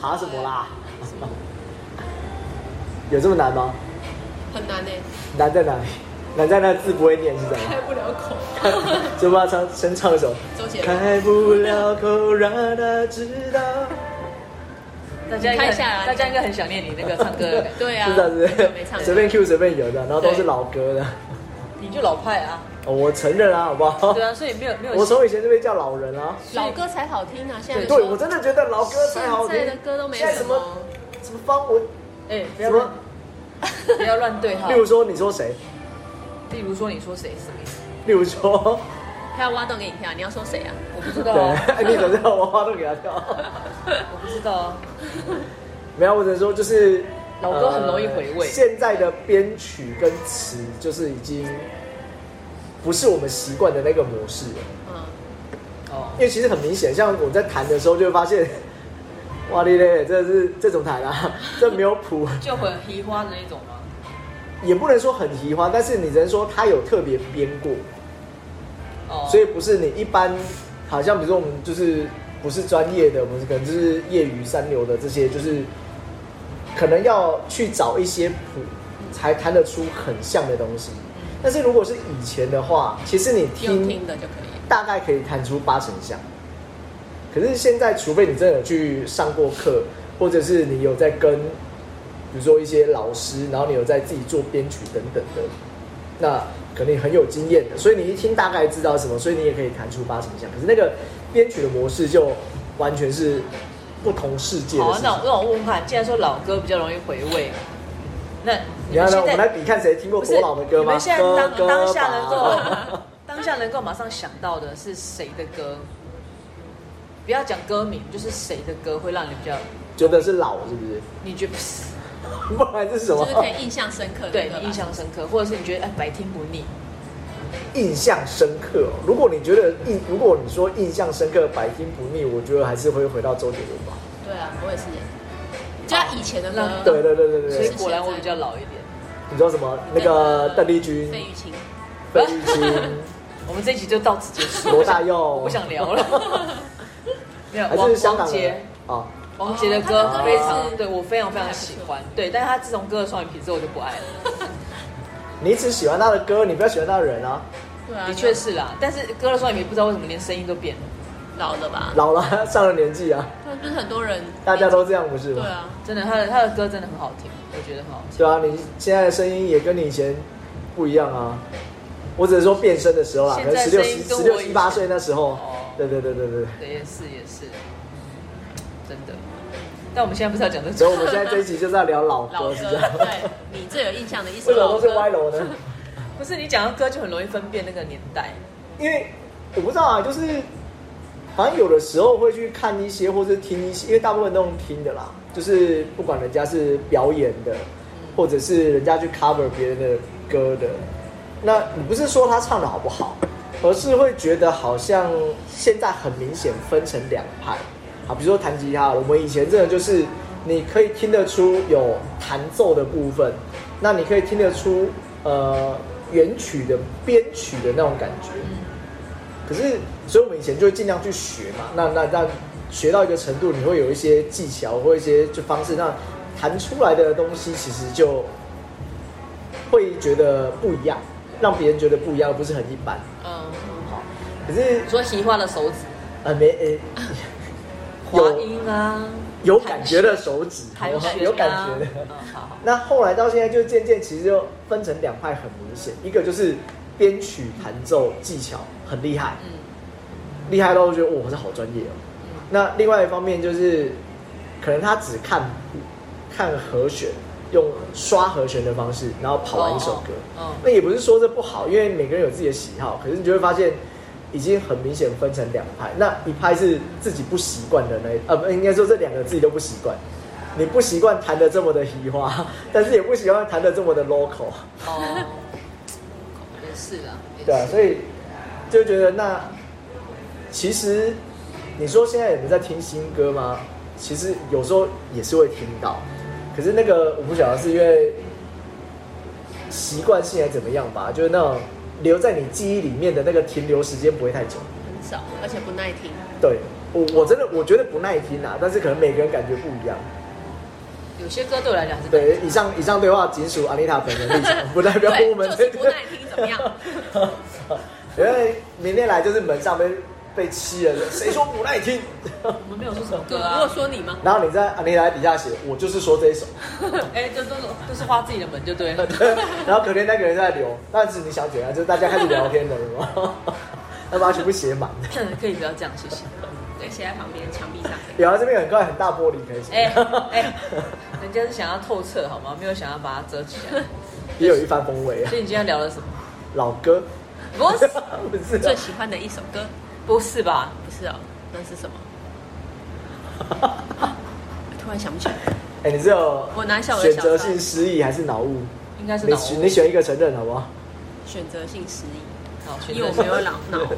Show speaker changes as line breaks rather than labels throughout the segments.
爬什么啦？ 有这么难吗？
很难呢、欸
难在哪里？难在那字不会念是怎
开
样？
不了口。
就不要唱，先唱一首。
周杰伦，
开不了口，让他知道。
大家应
看
该
一下啊
大家应该很想念你那个唱歌 的感觉，
对啊，
是的，是
很久没唱
的，
歌
随便 Q 随便有的，然后都是
对
老歌的。
你就老派啊，
哦我承认啊，好不好
对？啊，所以没有没 有，
我从以前就被叫老人啊。
老歌才好听啊！现在
对，我真的觉得老歌才好
现
听
在的。歌都没
现在
什
什么
么。
什么方文，
哎，不要
什么
乱，不要乱 对号
例。如说你说谁？
例如说你说谁什么意思？
例如 说，
他要挖洞给你跳，你要说谁啊？
我不知
对
道啊，，
你怎么知道我花都给他跳？
我不知道啊，
没有，我只能说就是
老歌很容易回
呃
味
现在的编曲跟词就是已经不是我们习惯的那个模式了，
嗯，
哦
因，为其实很明显，像我在弹的时候就会发现， 哇哩嘞，这是这种弹啊， 这没有谱，
就很皮花的那种吗？
也不能说很移花，但是你只能说它有特别编过，
哦，
所以不是你一般，好像比如说我们就是不是专业的，我们可能就是业余三流的这些，就是可能要去找一些谱，才弹得出很像的东西。但是如果是以前的话，其实你
用
听
听的就可以。
大概可以弹出八成像。可是现在，除非你真的有去上过课，或者是你有在跟，比如说一些老师，然后你有在自己做编曲等等的，那可能你很有经验的，所以你一听大概知道什么，所以你也可以弹出八成像。可是那个编曲的模式就完全是不同世界的
好啊
事，情。
那我那我问问看，既然说老歌比较容易回味，那
你看呢？
现
我们来
在
比看谁听过
不是
多老的歌
你
吗？
们现在当
歌
当下
吧
能 够当下能够马上想到的是谁的歌？不要讲歌名，就是谁的歌会让你比较，
觉得是老是 不是？
你觉得
不然这是什么
就？是可以印象深刻的
对
歌吧
你印象深刻，或者是你觉得哎百听不腻，
印象深刻、哦。如果你觉得印，如果你说印象深刻，百听不腻，我觉得还是会回到周杰伦吧。
对啊，我也是。就他以前的歌，
对对对对
所以
对，
果然我比较老一点。
你说什么？那个邓丽君、
费玉清，
费玉清、
我们这一集就到此结束，
罗大佑，
我不想聊了。没 有
还
王
是香
王
港
杰
人，啊？
王杰的
哦
歌
他的歌
非
也
常
是
对我非常非常喜欢，对，但是他自从割了双眼皮之后我就不爱了。
你只喜欢他的歌，你不要喜欢他的人啊。
对 啊，
的确是啦，但是割了双眼皮，不知道为什么连声音都变了。
老了吧？
老了， 上了年纪啊，
对，就是很多人，
大家都这样不是
对
吗？
啊，
真的，他的他的歌真的很好听，我觉得很好听。
对啊，你现在的声音也跟你以前不一样啊。我只是说变声的时候啊啦，可
现
能
在
十六、
声
十
音跟
十
我
六、
以
十
前
八岁那时候
哦，
对对对对对。
对，也是也是，真的。但我们现在不是要讲这
所以
种
我们现在这一集就是要聊老
老
歌，
歌，
是这样。
对你最有印象的一首
为什么
老
都是歪
歌，
楼呢？
不是你讲到歌就很容易分辨那个年代。
因为我不知道啊，就是好像有的时候会去看一些，或是听一些，因为大部分都用听的啦，就是不管人家是表演的，或者是人家去 cover 别人的歌的，那你不是说他唱的好不好，而是会觉得好像现在很明显分成两派啊，比如说弹吉他，我们以前真的就是你可以听得出有弹奏的部分，那你可以听得出呃原曲的编曲的那种感觉。可是，所以我们以前就会尽量去学嘛。那那那学到一个程度，你会有一些技巧或一些就方式，那弹出来的东西其实就会觉得不一样，让别人觉得不一样，而不是很一般。
嗯，
可是
你说奇花的手指、
呃没呃、
滑
有
音啊，
有感觉的手指，
弹
有
弦啊
有感觉的。
嗯，好好。
那后来到现在，就渐渐其实就分成两派，很明显，一个就是编曲弹奏技巧很厉害，
嗯
厉害到我觉得哇，这好专业哦。那另外一方面就是，可能他只看看和弦，用刷和弦的方式，然后跑完一首歌。
哦哦哦
那也不是说这不好，因为每个人有自己的喜好，可是你就会发现。已经很明显分成两派，那一派是自己不习惯的那一呃，不应该说这两个自己都不习惯。你不习惯弹的这么的移花， 但是也不习惯弹的这么的 local。
哦，也是啦，也是
对啊，所以就觉得那其实你说现在有没有在听新歌吗？其实有时候也是会听到，可是那个我不晓得是因为习惯性还是怎么样吧，就是那种留在你记忆里面的那个停留时间不会太久。
很少，而且不耐听。
对我我真的我觉得不耐听啊，但是可能每个人感觉不一样。
有些歌对我来讲还是难
对，以上以上对话仅属安妮塔本人立场，不代表
对
我们
就是不耐听怎么样？
因为明天来就是门上被被欺了，谁说不耐听？
我们没有说什么歌
如果
啊，
说你吗？
然后你在安妮塔底下写，我就是说这一首，
哎，就都是都是花自己的门就对了。
然后隔天那个人在留，但是你想怎样？就是大家开始聊天了，有吗？ 要把它全部写满。
可以不要这样，谢 谢。
对，写在旁边墙壁上。
然啊后这边很快很大玻璃可以
哎
写，
哎，人家是想要透彻好吗？没有想要把它遮起来。
也有一番风味啊。
所以你今天聊了什么？
老歌，
不是，
不是啊
最喜欢的一首歌
不是吧？
不是哦，那是什么？
啊。
突然想不起来。
哎，你是有
我拿下我的
选
小
择
抄
性失忆还是脑雾？
应该是
你
脑
选
雾。
你选一个承认好不好？
选择性失忆，
好选
因为我
择性
没有脑脑雾，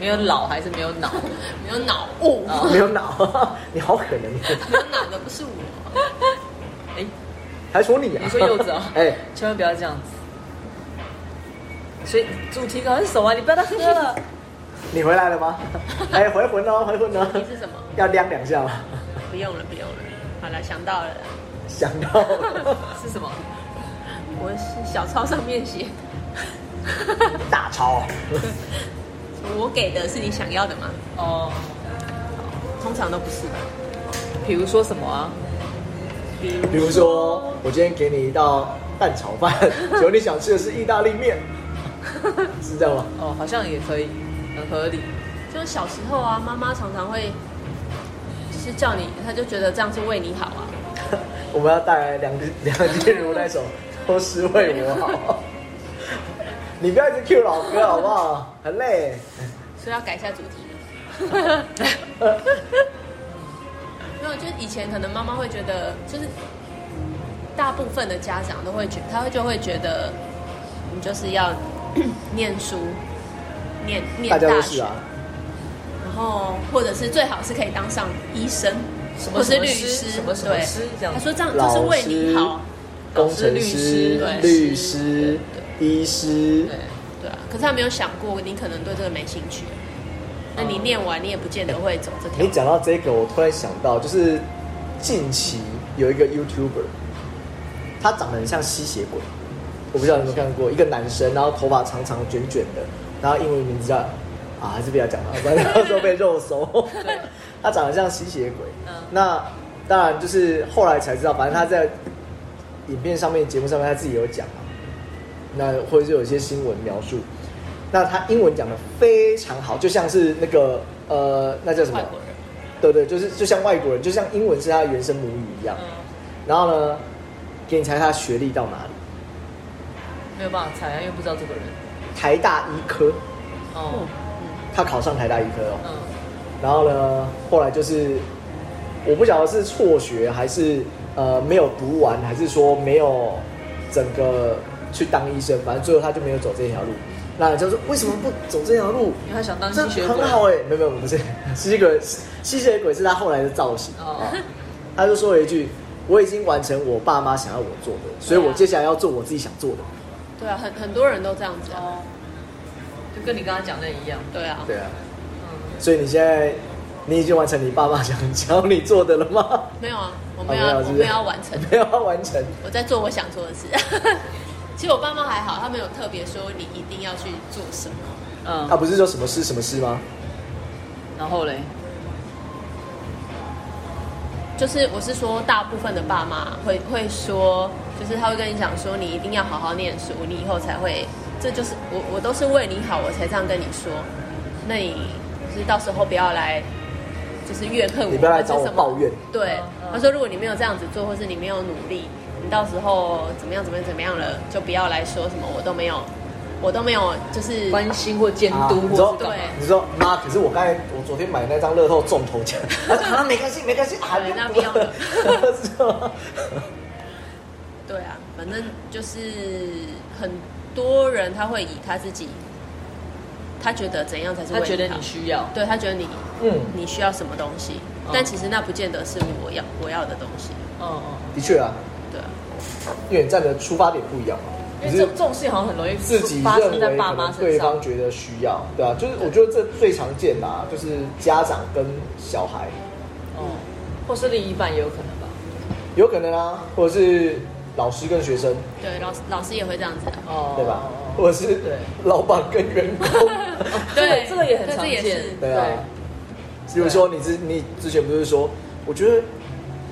没有老还是没有脑？
没有脑雾，
哦
没有脑，你好可能，
没有脑的不 是我。
哎，
还说你啊？
你说柚子啊
哎，
千万不要这样子。所以主题搞很熟啊，你不要再喝 了。
你回来了吗？哎，回魂哦，回魂
你
哦，
是什么？
要亮两下吗？
不用了，不用了。好了，想到了啦，
想到了
是什么？
我是小抄上面写的，
大潮，
我给的是你想要的吗？
哦，
通常都不是吧。
比如说什么啊？
比
比
如
如说我今天给你一道蛋炒饭，请问你想吃的是意大利面，是这样吗？
哦，好像也可以，很合理。
就是小时候啊，妈妈常常会，就是叫你，她就觉得这样是为你好啊。
我们要带来梁梁静茹那首《都是为我好》， 你不要一直 Q 老歌好不好？很累。
所以要改一下主 题了。没有，就是以前可能妈妈会觉得，就是大部分的家长都会觉，他会就会觉得，你就是要念书，念念
大家都
大
是
学，
啊，
然后或者是最好是可以当上医生，
什
或
么
是
什
律
么
师，
师，什么什么
对
师这样
他
子？
说这样就是为你
老
好
师，工程师、
老师
律
律
师
师、
医师
对，，
对啊。可是他没有想过，你可能对这个没兴趣，那你念完你也不见得会走这条
你
路。
哦讲到这个，我突然想到，就是近期有一个 YouTuber，他长得很像吸血鬼，我不知道你有没有看过，一个男生，然后头发长长卷卷的，然后英文名字叫啊，还是不要讲了，不然到时候被肉搜。他长得像吸血鬼，
嗯
那当然就是后来才知道，反正他在影片上面、节目上面他自己有讲嘛，那或者是有一些新闻描述，那他英文讲的非常好，就像是那个呃，那叫什么
外？国人。
对对，就是就像外国人，就像英文是他的原生母语一样。
嗯，
然后呢，给你猜他学历到哪里？
没有办法猜啊，因为不知道这个人。
台大医科，
哦，
他考上台大医科哦。
嗯，
然后呢，后来就是我不晓得是辍学还是呃没有读完，还是说没有整个去当医生，反正最后他就没有走这条路。那就是为什么不走这条路？
因为他想当
这
嗯吸血鬼
很。好哎、没有没有不是吸血鬼，吸血鬼是他后来的造型。
哦，
他就说了一句：“我已经完成我爸妈想要我做的，所以我接下来要做我自己想做的。
对啊，很很多人都这样子啊。
哦，就跟你刚刚讲的一样。
对啊”，
对啊，
嗯，
所以你现在你已经完成你爸妈想 教你做的了吗？
没有啊，我没
啊
有
没有
要，
是
我
不是
没有要完成，嗯
没有要完成，
我在做我想做的事。 其实我爸妈还好，他没有特别说你一定要去做什么。
啊，
嗯，
不是说什么事什么事吗？
然后嘞，
就是我是说，大部分的爸妈会会说，就是他会跟你讲说，你一定要好好念书，你以后才会，这就是我我都是为你好，我才这样跟你说。那你就是到时候不要来，就是怨恨我，
你不要来找
或
我
是什么
抱怨
对
嗯嗯，
他说如果你没有这样子做，或是你没有努力，你到时候怎么样怎么样怎么样了，就不要来说什么我都没有，我都没有，就是
关心或监督
啊你
或
说
是干嘛？
你说妈，可是我刚才我昨天买那张乐透中头奖，他说啊没关系没关系，啊
对那
不
不要了
是吗
对啊，反正就是很多人他会以他自己，他觉得怎样才是为
他
了
觉得
好
你需要。
对他觉得你
嗯，
你需要什么东西，
嗯
但其实那不见得是我要我要的东西，
嗯嗯，
的确啊，
对啊，
因为你站的出发点不一样嘛。
因
可
为这
是
这种事情好像很容易
自己
发
认
生
为
在爸
可
妈
能
身
对
上
方。觉得需要，对啊，就是我觉得这最常见的啊，就是家长跟小孩，
哦，或是另一半也有可能吧。
有可能啊，或者是老师跟学生，
对，老师老师也会这样子、啊。
哦，
对吧？或者是
对
老板跟员工，
对，
这个也很
对
常
这也
见
是
对啊。比如说你之你之前不是说，我觉得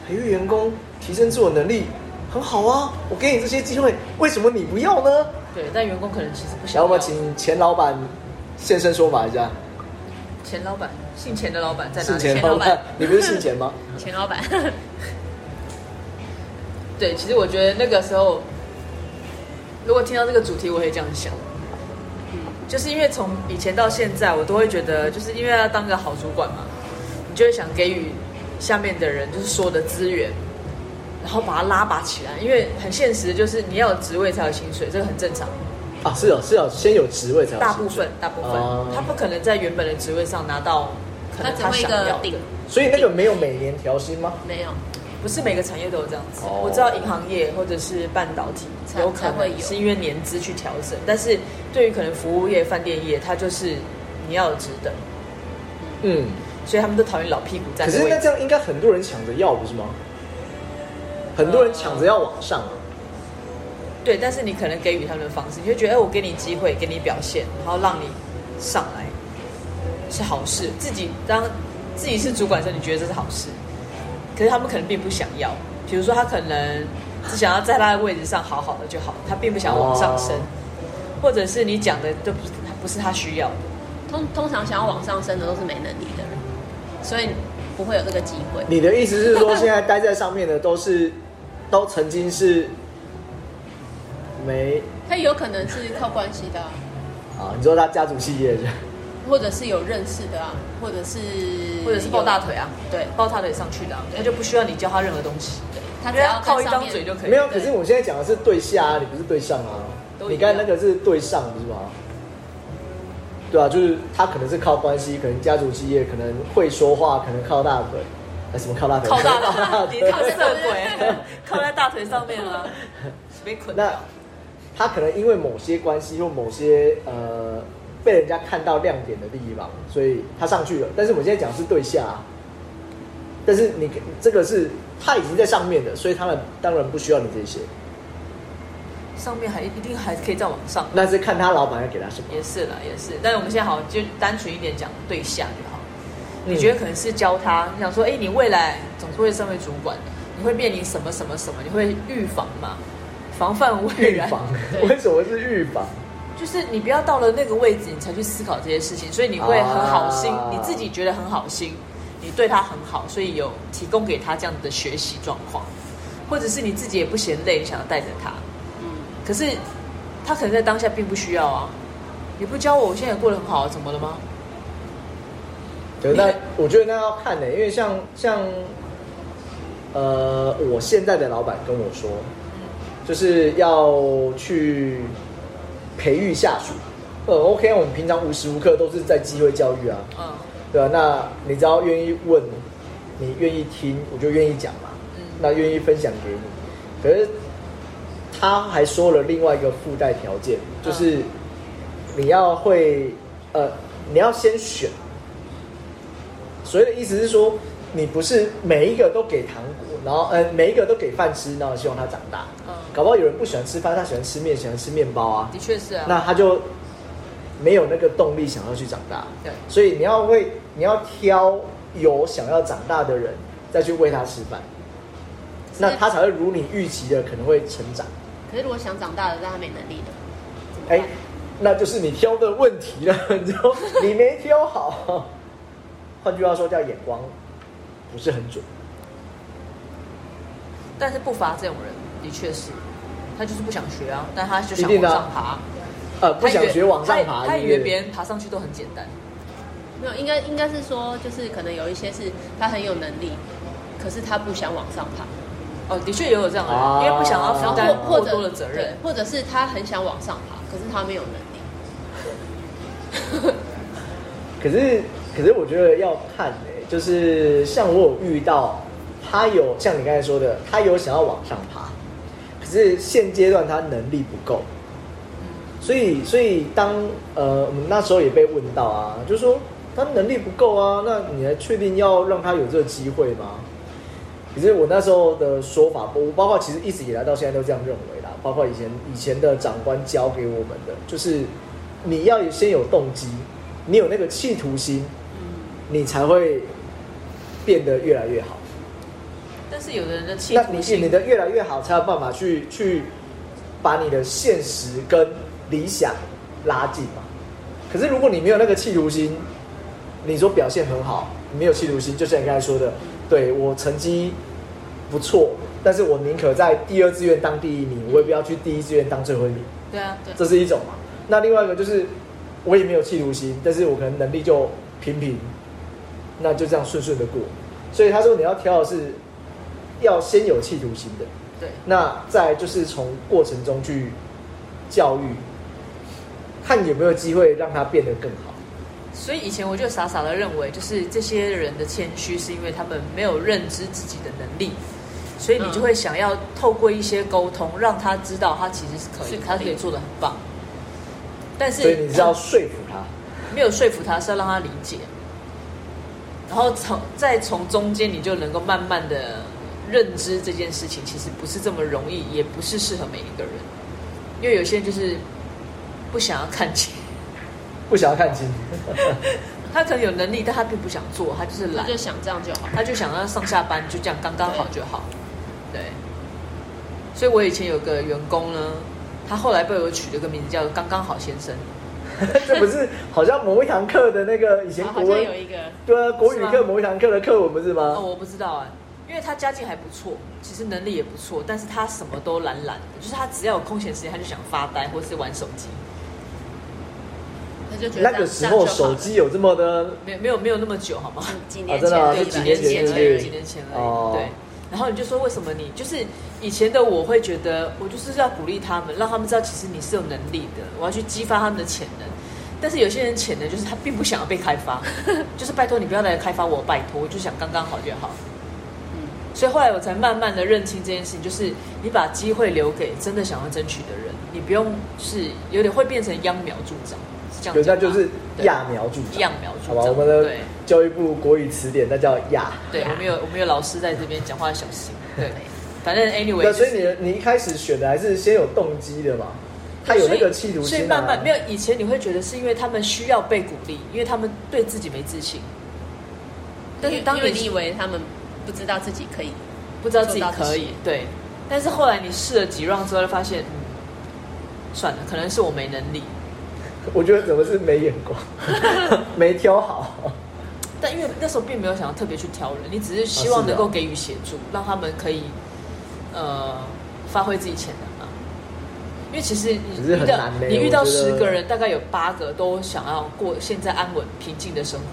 培育员工提升自我能力很好啊，我给你这些机会，为什么你不要呢？
对，但员工可能其实不
然
想要。
后我们请前老板现身说法一下，
钱老板，姓钱的老板在哪
姓
里？
钱
钱老板
你不是姓钱吗？
钱老板，
对，其实我觉得那个时候，如果听到这个主题，我会这样想，
嗯
就是因为从以前到现在，我都会觉得，就是因为要当个好主管嘛，你就会想给予下面的人就是所有的资源，然后把它拉拔起来，因为很现实，就是你要有职位才有薪水，这个很正常，
啊，是哦，是哦，先有职位才有
大
薪
部
水
分大部分、
哦
他不可能在原本的职位上拿到可
他
能
只
他
会一
想
个
要的
顶，，
所以那个没有每年调薪吗？
没有，
不是每个产业都有这样子。
哦
我知道银行业或者是半导体
才
有可
才会
能
有
是因为年资去调整，但是对于可能服务业、饭店业，它就是你要有职等，
嗯，
所以他们都讨厌老屁股
可
站的
是
位
那
置。
这样应该很多人抢着要，不是吗？很多人抢着要往上啊，
对，但是你可能给予他们的方式，你就觉得哎，我给你机会，给你表现，然后让你上来是好事。自己当自己是主管的时候，你觉得这是好事，可是他们可能并不想要。比如说，他可能只想要在他的位置上好好的就好，他并不想往上升。
哦
或者是你讲的都不是不是他需要的，
通通常想要往上升的都是没能力的人，所以不会有这个机会。
你的意思是说，现在待在上面的都是，都曾经是没
他有可能是靠关系的啊、
啊？你说他家族企业的，
或者是有认识的啊，或者是
或者是抱大腿啊，
对，
抱大腿上去的啊、他就不需要你教他任何东西，
他
因
只
为
要
他靠
跟
一
上
张
面
嘴就可以。
没有。可是我现在讲的是对下啊，你不是对上啊。
都一样
你刚才那个是对上，不是吗？对啊，就是他可能是靠关系，可能家族企业，可能会说话，可能靠大腿，哎，什么靠大腿？
靠大 腿， 你靠
在
色鬼， 靠在大腿上面啊，被捆
那
掉。
他可能因为某些关系或某些呃被人家看到亮点的地方，所以他上去了。但是我们现在讲是对下、啊，但是你这个是他已经在上面的，所以他们当然不需要你这些。
上面还一定还可以再往上，
那是看他老板要给他什么。
也是啦，也是。但是我们现在好像就单纯一点讲对象就好。
嗯
你觉得可能是教他，你想说，哎、你未来总是会身为主管，你会面临什么什么什么，你会预防嘛，防范未
预
然。
防？
对
为什么是预防？
就是你不要到了那个位置，你才去思考这些事情，所以你会很好心，
啊
你自己觉得很好心，你对他很好，所以有提供给他这样的学习状况，或者是你自己也不嫌累，你想要带着他，
嗯，
可是他可能在当下并不需要啊，你不教我，我现在也过得很好啊，怎么了吗？
对，那我觉得那要看呢、因为像像呃，我现在的老板跟我说，就是要去培育下属。呃，OK，我们平常无时无刻都是在机会教育啊，
嗯
对啊，那你只要愿意问，你愿意听，我就愿意讲嘛。
嗯
那愿意分享给你，可是他还说了另外一个附带条件，就是你要会呃，你要先选。所谓的意思是说，你不是每一个都给糖果，然后呃每一个都给饭吃，然后希望他长大。
嗯
搞不好有人不喜欢吃饭，他喜欢吃面，喜欢吃面包啊
的，确是啊，
那他就没有那个动力想要去长大。
对，
所以你要为你要挑有想要长大的人，再去喂他吃饭，那他才会如你预期的可能会成长。
可是如果想长大的，但他没能力的，怎么
哎、
办？
那就是你挑的问题了， 你知道你没挑好。 换句话说，叫眼光不是很准。
但是不乏这种人，的确是，他就是不想学啊，但他就想
一定
往
的啊
上爬，
呃，不想学往上爬，
他以为他以
对
为
不对
别人爬上去都很简单，
没有，应该应该是说，就是可能有一些是他很有能力，可是他不想往上爬，
哦，的确也有这样的人，
啊
因为不想要负
然
担
后或
过
或者
多的责任
对。或者是他很想往上爬，可是他没有能力。
可是，可是我觉得要看诶、就是像我有遇到，他有像你刚才说的，他有想要往上爬，可是现阶段他能力不够，所以，所以当呃，我们那时候也被问到啊，就是说他能力不够啊，那你还确定要让他有这个机会吗？其实我那时候的说法，我包括其实一直以来到现在都这样认为啦，包括以前以前的长官教给我们的，就是你要先有动机，你有那个企图心，你才会变得越来越好。
但是有的人的企
那
图
你
心，
你的越来越好，才有办法去去把你的现实跟理想拉近嘛。可是如果你没有那个企图心，你说表现很好，你没有企图心，就像你刚才说的，对我成绩不错，但是我宁可在第二志愿当第一名，我也不要去第一志愿当最后一名，
对啊，对
这是一种嘛。那另外一个就是我也没有企图心，但是我可能能力就平平，那就这样顺顺的过。所以他说你要挑的是要先有企图心的，
对，
那再就是从过程中去教育，看有没有机会让他变得更好。
所以以前我就傻傻的认为，就是这些人的谦虚是因为他们没有认知自己的能力，所以你就会想要透过一些沟通，让他知道他其实是可以，
是可以
他可以做的很棒。但是
所以你是要说服他，
没有说服他，是要让他理解，然后从再从中间你就能够慢慢的认知这件事情，其实不是这么容易，也不是适合每一个人，因为有些人就是不想要看清，
不想要看清。
他可能有能力，但他并不想做，他就是
他
懒
就，想这样就好。
他就想要上下班就这样刚刚好就好，对。所以我以前有个员工呢，他后来被我取了个名字叫“刚刚好先生
这不是好像某一堂课的那个以前
然后
国
好像有
文
一个
对啊国语
是
课
吗
某一堂课的课文不是”，
哦，
吗？
我不知道哎、因为他家境还不错，其实能力也不错，但是他什么都懒懒的，就是他只要有空闲时间，他就想发呆或是玩手机，
他就觉得
那
这
个
样
时候
这样就好
手机有这么的
没有没有没有那么久好吗？
几几
啊，
年
真
前
的啊
而
对
是
已
吧
几
啦
年前
几
是不
年前而
是？
已几年前而已。
哦
对，然后你就说为什么你就是以前的我会觉得我就是要鼓励他们，让他们知道其实你是有能力的，我要去激发他们的潜能。但是有些人潜能就是他并不想要被开发， 就是拜托你不要来开发我，拜托，我就想刚刚好就好。
嗯
所以后来我才慢慢的认清这件事情，就是你把机会留给真的想要争取的人，你不用是有点会变成秧苗助长，是这样
对，
讲
那
吗
就是
对
揠苗助长。
揠苗助
好
长
吧，我们的
对
教育部国语词典那叫揠。
对，我们有我们有老师在这边讲话要小心。对，反正 anyway，
那
就
所以
是啊
你的你一开始选的还是先有动机的嘛？他有那个企图
所以
心、啊、
慢慢没有以前你会觉得是因为他们需要被鼓励，因为他们对自己没自信。但是
因为
当
因为你以
你
为他们不知道自己可以，
不知道自己
做到
可
自
以
己，
对，但是后来你试了几 round 之后，就发现，嗯，算了，可能是我没能力。
我觉得怎么是没眼光， 没挑好。
但因为那时候并没有想要特别去挑人，你只是希望能够给予协助，让他们可以呃发挥自己潜能嘛。因为其实
可
你
是
遇
很
到
难呢
你遇到
我觉得
十个人，大概有八个都想要过现在安稳平静的生活，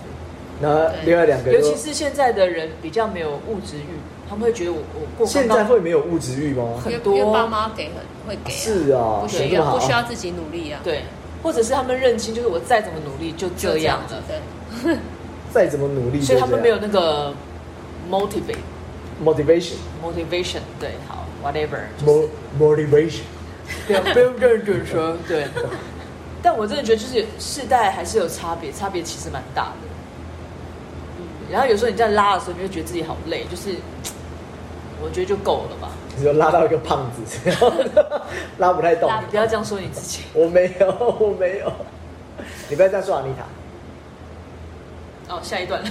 然后
对
另外两个
尤
就，
其是现在的人比较没有物质欲，他们会觉得我我过
现
刚
在
刚
会没有物质欲吗？
很
因为
多
因为爸妈给很会给、啊，
是啊
不
对这
需
么
要
好
不需要自己努力啊，
对，或者是他们认清就是我再怎么努力就
就
这样啊
子
啊
了，
对，
再怎么努力，
所以他们没有那个 motivate
motivation。
motivation，对，好 whatever，就
Mo
是
motivation，
不 要不用认准说，对。但我真的觉得，就是世代还是有差别，差别其实蛮大的。嗯然后有时候你在拉的时候，你会觉得自己好累，就是嘖我觉得就够了吧。
你就拉到一个胖子， 然后拉不太动。
你不要这样说你自己
我没有，我没有。你不要这样说阿妮塔，
哦。下一段，
你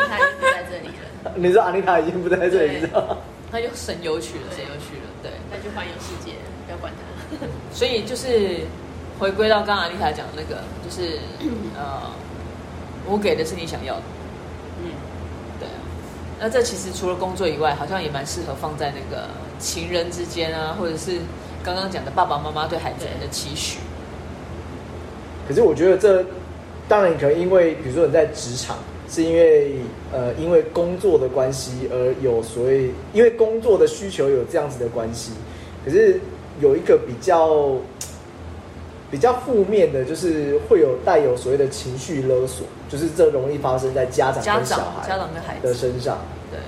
看已经在这里了，
你说阿妮塔已经不在这里，
对
你知道吗？
他就神游去了，神游去了，对。
那就环游世界，不要管他。
所以就是回归到刚刚阿丽塔讲的那个， 就是呃，我给的是你想要的，
嗯，
对啊，那这其实除了工作以外，好像也蛮适合放在那个情人之间啊，或者是刚刚讲的爸爸妈妈对孩子们的期许。
可是我觉得这，当然可能因为，比如说你在职场，是因为呃因为工作的关系而有所谓，因为工作的需求有这样子的关系。可是有一个比较比较负面的，就是会有带有所谓的情绪勒索，就是这容易发生在家长
家
跟小
长、
孩
家长跟孩
的
子，
身上。
对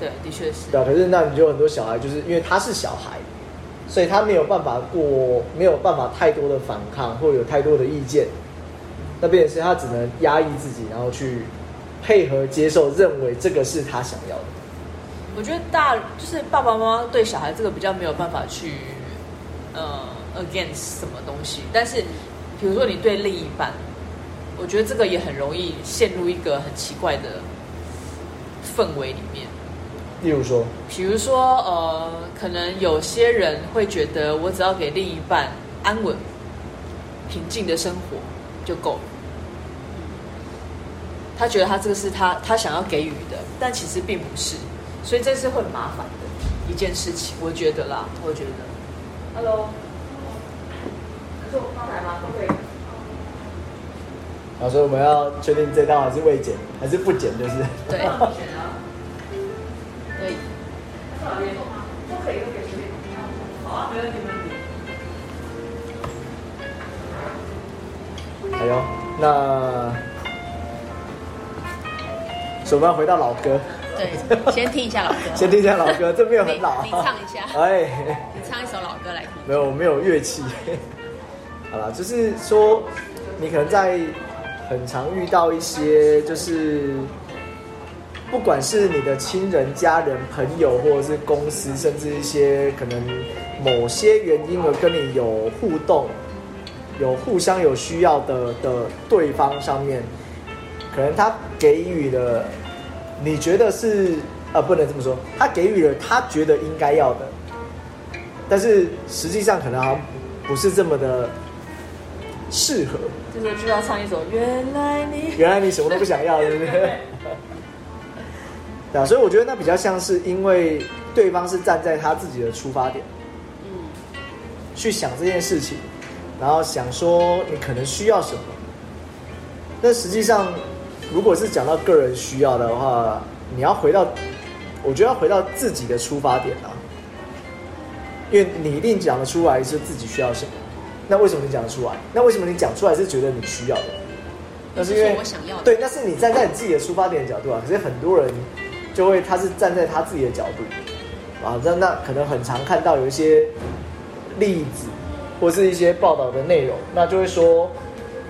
对，的确是
对。啊，可是那你就很多小孩，就是因为他是小孩，所以他没有办法过，没有办法太多的反抗或有太多的意见，那变成是他只能压抑自己，然后去配合接受，认为这个是他想要的。
我觉得大就是爸爸妈妈对小孩这个比较没有办法去呃 against 什么东西，但是比如说你对另一半，我觉得这个也很容易陷入一个很奇怪的氛围里面。
例如说，
比如说呃，可能有些人会觉得我只要给另一半安稳、平静的生活就够了。他觉得他这个是他他想要给予的，但其实并不是，所以这是会很麻烦的一件事情，我觉得啦，我觉得。Hello，可是我刚才吗？可不可以？
老师，我们要确定这道还是未减还是不减，就是
对对，
哎呦，那所以我们要回到老歌，。
对，先听一下老歌
先听一下老歌，这没有很老、啊
你你唱一下
哎。
你唱一首老歌来听。
没有没有乐器。 好啦，就是说你可能在很常遇到一些，就是不管是你的亲人、家人、朋友，或者是公司，甚至一些可能某些原因而跟你有互动、有互相有需要的的对方上面，可能他给予了你觉得是呃不能这么说，他给予了他觉得应该要的，但是实际上可能好像不是这么的适合。
这个就要唱一首《原来你》。
原来你什么都不想要，对不对？ 对啊，所以我觉得那比较像是因为对方是站在他自己的出发点
嗯，
去想这件事情，然后想说你可能需要什么。但实际上，如果是讲到个人需要的话，你要回到，我觉得要回到自己的出发点啊，因为你一定讲得出来是自己需要什么。那为什么你讲得出来？那为什么你讲出来是觉得你需要的？那是因为
不是我想要的
对，那是你站在你自己的出发点的角度啊。可是很多人就会他是站在他自己的角度啊，那那可能很常看到有一些例子或是一些报道的内容，那就会说，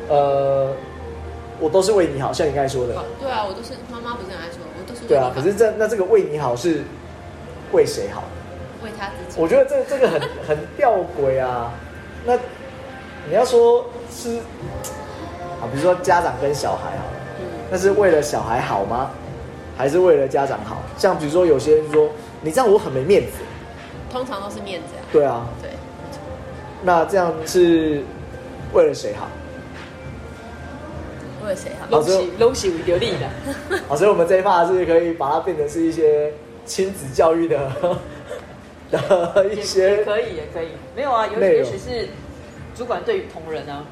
呃，我都是为你好，像你刚才说的
好，，对啊，我都是妈妈不是很爱说，我都是为
对啊。
你
可
好
是这那这个为你好是为谁好？
为他自己。
我觉得这这个很很吊诡啊。那你要说是啊，比如说家长跟小孩好啊了，
嗯
那是为了小孩好吗？还是为了家长好？像比如说有些人说你这样我很没面子，
通常都是面子啊，
对啊，
对，
那这样是为了谁好？
为了谁好？啊
老
恭
师
喜恭喜有力的，
好，哦所以我们这一趴是可以把它变成是一些亲子教育的 的一
也
些，
可以也可以，没有啊，有
内
也
容
许是主管对于同仁啊，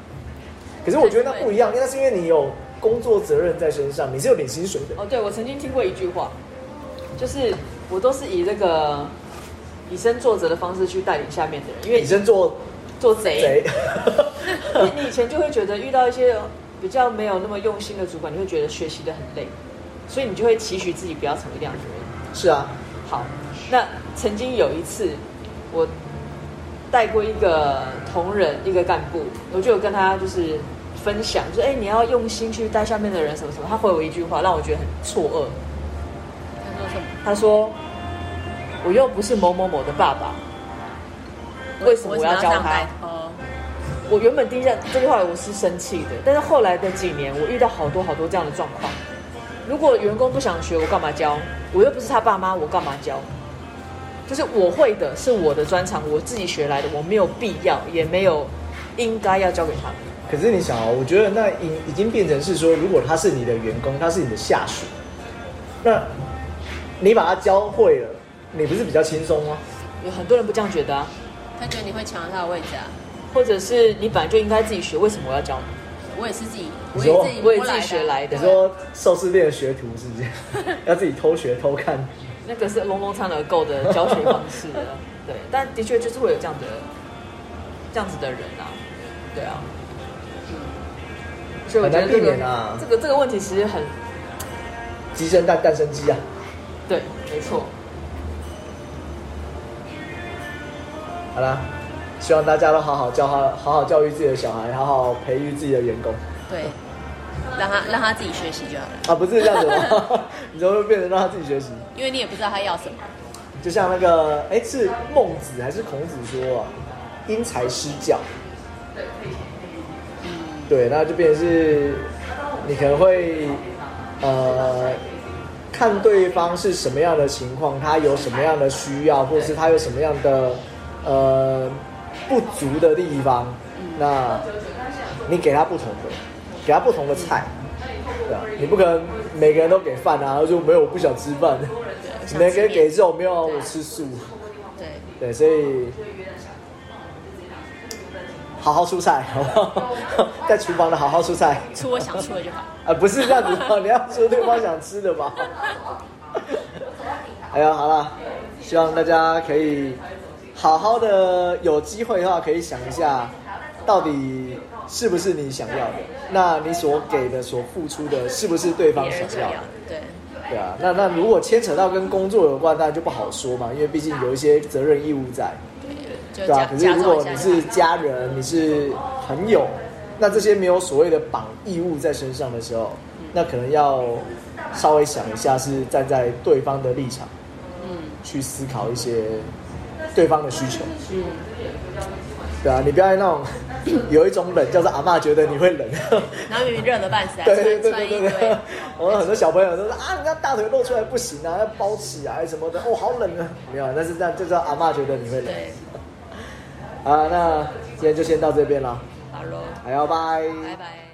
可是我觉得那不一样，那是因为你有工作责任在身上，你是有领薪水的。
哦，对，我曾经听过一句话，就是我都是以这个以身作则的方式去带领下面的人，因为
以身作
做贼，
贼，
因 为你以前就会觉得遇到一些比较没有那么用心的主管，你会觉得学习的很累，所以你就会期许自己不要成为那样的人。
是啊，
好，那曾经有一次，我带过一个同仁，一个干部，我就有跟他就是分享，就是哎、你要用心去带下面的人什么什么。他回我一句话，让我觉得很错愕。
他说什么？
他说：“我又不是某某某的爸爸，为什么我要教
上
他
班？”哦，
我原本第一下这句话我是生气的，但是后来的几年，我遇到好多好多这样的状况。如果员工不想学，我干嘛教？我又不是他爸妈，我干嘛教？就是我会的是我的专长，我自己学来的，我没有必要，也没有应该要教给他们。
可是你想啊，我觉得那已已经变成是说，如果他是你的员工，他是你的下属，那你把他教会了，你不是比较轻松吗？
有很多人不这样觉得啊，
他觉得你会抢了他的位置啊。
或者是你本来就应该自己学，为什么我要教你？
我也是自己，
你
我
说
也自己摸
我也自己学来的
你说寿司店的学徒是不是 要自己偷学偷看？
那个是龙龙餐而购的教学方式 了，对，但的确就是会有这样的这样子的人啊，对啊，所以我觉得
很
这
难避
个、
免啊
这个这个问题其实很
鸡生蛋，蛋生鸡啊！
对，没错，
啊， 好啦，希望大家都好好教好好好教育自己的小孩，好好培育自己的员工
对，让他让他自己学习就好了，
啊，不是这样子吗？ 你就会变成让他自己学习，
因为你也不知道他要什么。
就像那个哎、是孟子还是孔子说啊，因材施教，
嗯，
对，那就变成是你可能会呃看对方是什么样的情况，他有什么样的需要，或是他有什么样的呃不足的地方，那你给他不同的，给他不同的菜。对啊，你不可能每个人都给饭啊，然后就没有我不想吃饭，
想吃
每个人给
面
肉没有啊我吃素，
对，
对，所以好好出菜， 好不好？在厨房的好好出菜。
出我想出的就好。
啊，不是这样子吧？你要说对方想吃的吧？ 哎呀，好啦，希望大家可以好好的，有机会的话可以想一下，到底是不是你想要的？那你所给的、所付出的，是不是对方
别
想
人想
要
要
的
的？，对，
对啊，那那如果牵扯到跟工作有关，那就不好说嘛，因为毕竟有一些责任义务在。
就
对
假
啊，可是
假
如
装
果
一下
你
就是好。
家人，你是朋友，那这些没有所谓的绑义务在身上的时候，
嗯
那可能要稍微想一下，是站在对方的立场
嗯
去思考一些对方的需求。
嗯，
对啊，你不要那 种有一种冷叫做阿嬷觉得你会冷，
然后明明热的半死，还
对
啊穿
对对
穿
对
一
对对
堆。，
我们很多小朋友都说啊，人家大腿露出来不行啊，要包起来什么的，哦，好冷啊，没有啊，但是这样就叫阿嬷觉得你会冷
对，
啊。那今天就先到这边了，
好喽，
还要拜。
拜拜。